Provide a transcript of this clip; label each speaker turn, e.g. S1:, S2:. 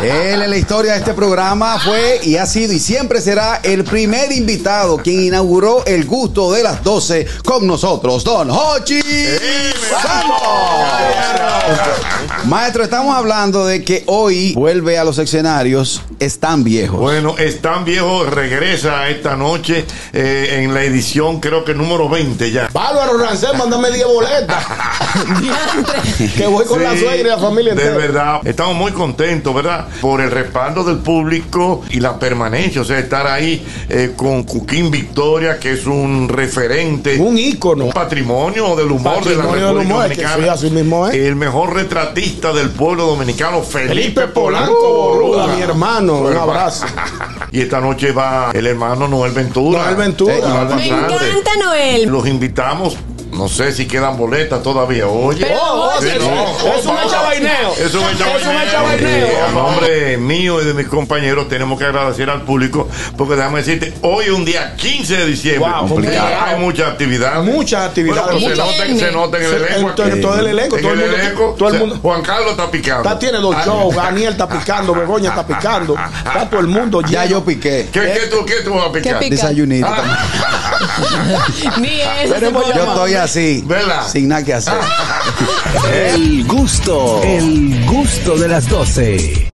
S1: Él en la historia de este programa fue y ha sido y siempre será el primer invitado quien inauguró el gusto de las 12 con nosotros, Don Hochi Santos. Maestro, estamos hablando de que hoy vuelve a los escenarios Están Viejos.
S2: Bueno, Están Viejos regresa esta noche eh, en la edición creo que número 20 ya.
S3: Bárbaro Rancel, mándame 10 boletas. que voy con
S2: Sí,
S3: la suegra y la familia
S2: De
S3: entera.
S2: verdad, estamos muy contentos, ¿verdad? Por el respaldo del público y la permanencia, o sea, estar ahí eh, con Cuquín Victoria, que es un referente.
S3: Un ícono.
S2: un patrimonio del humor de la
S3: Patrimonio del
S2: República
S3: humor, es que
S2: Dominicana.
S3: sí, así mismo ¿eh? es.
S2: El mejor retratista del pueblo dominicano, Felipe, uh,
S3: Felipe Polanco Boruga, mi hermano, un abrazo.
S2: y esta noche va el hermano Noel Ventura.
S3: Noel Ventura.
S2: Eh, Noel
S4: Me
S2: Bastante.
S4: encanta Noel.
S2: Los invitamos. No sé si quedan boletas todavía. Oye,
S4: Pero,
S3: Oh,
S4: oye,
S2: Sí, no.
S3: es un chabaineo.
S2: Eso me llama
S3: Eso me
S2: dinero.
S3: llama dinero.
S2: Eh, a nombre mío y de mis compañeros tenemos que agradecer al público porque déjame decirte, hoy es un día 15 de diciembre.
S3: Wow, complicado.
S2: Ya hay mucha actividad.
S3: Muchas actividades.
S2: Bueno, pues, pero
S4: Mucho
S2: se, nota,
S4: viernes.
S2: se nota en el
S3: Se-
S2: elenco.
S3: en to-
S2: aquí.
S3: todo el elenco,
S2: En
S3: todo el mundo-
S2: elenco,
S3: todo el
S2: o sea,
S3: mundo-
S2: Juan Carlos está picando.
S3: Está tiene dos
S2: Ah,
S3: shows. Daniel está picando, Begoña está picando. Está todo el mundo
S1: Ya
S3: lleno.
S1: yo piqué.
S2: ¿Qué, qué tú, ¿Qué tú vas a picar?
S4: pica?
S1: Desayunito
S2: Ah.
S1: también.
S4: Ni eso. se
S1: Yo
S4: puede.
S1: estoy así,
S2: ¿Verdad?
S1: sin nada que hacer.
S5: El gusto, el gusto de las 12.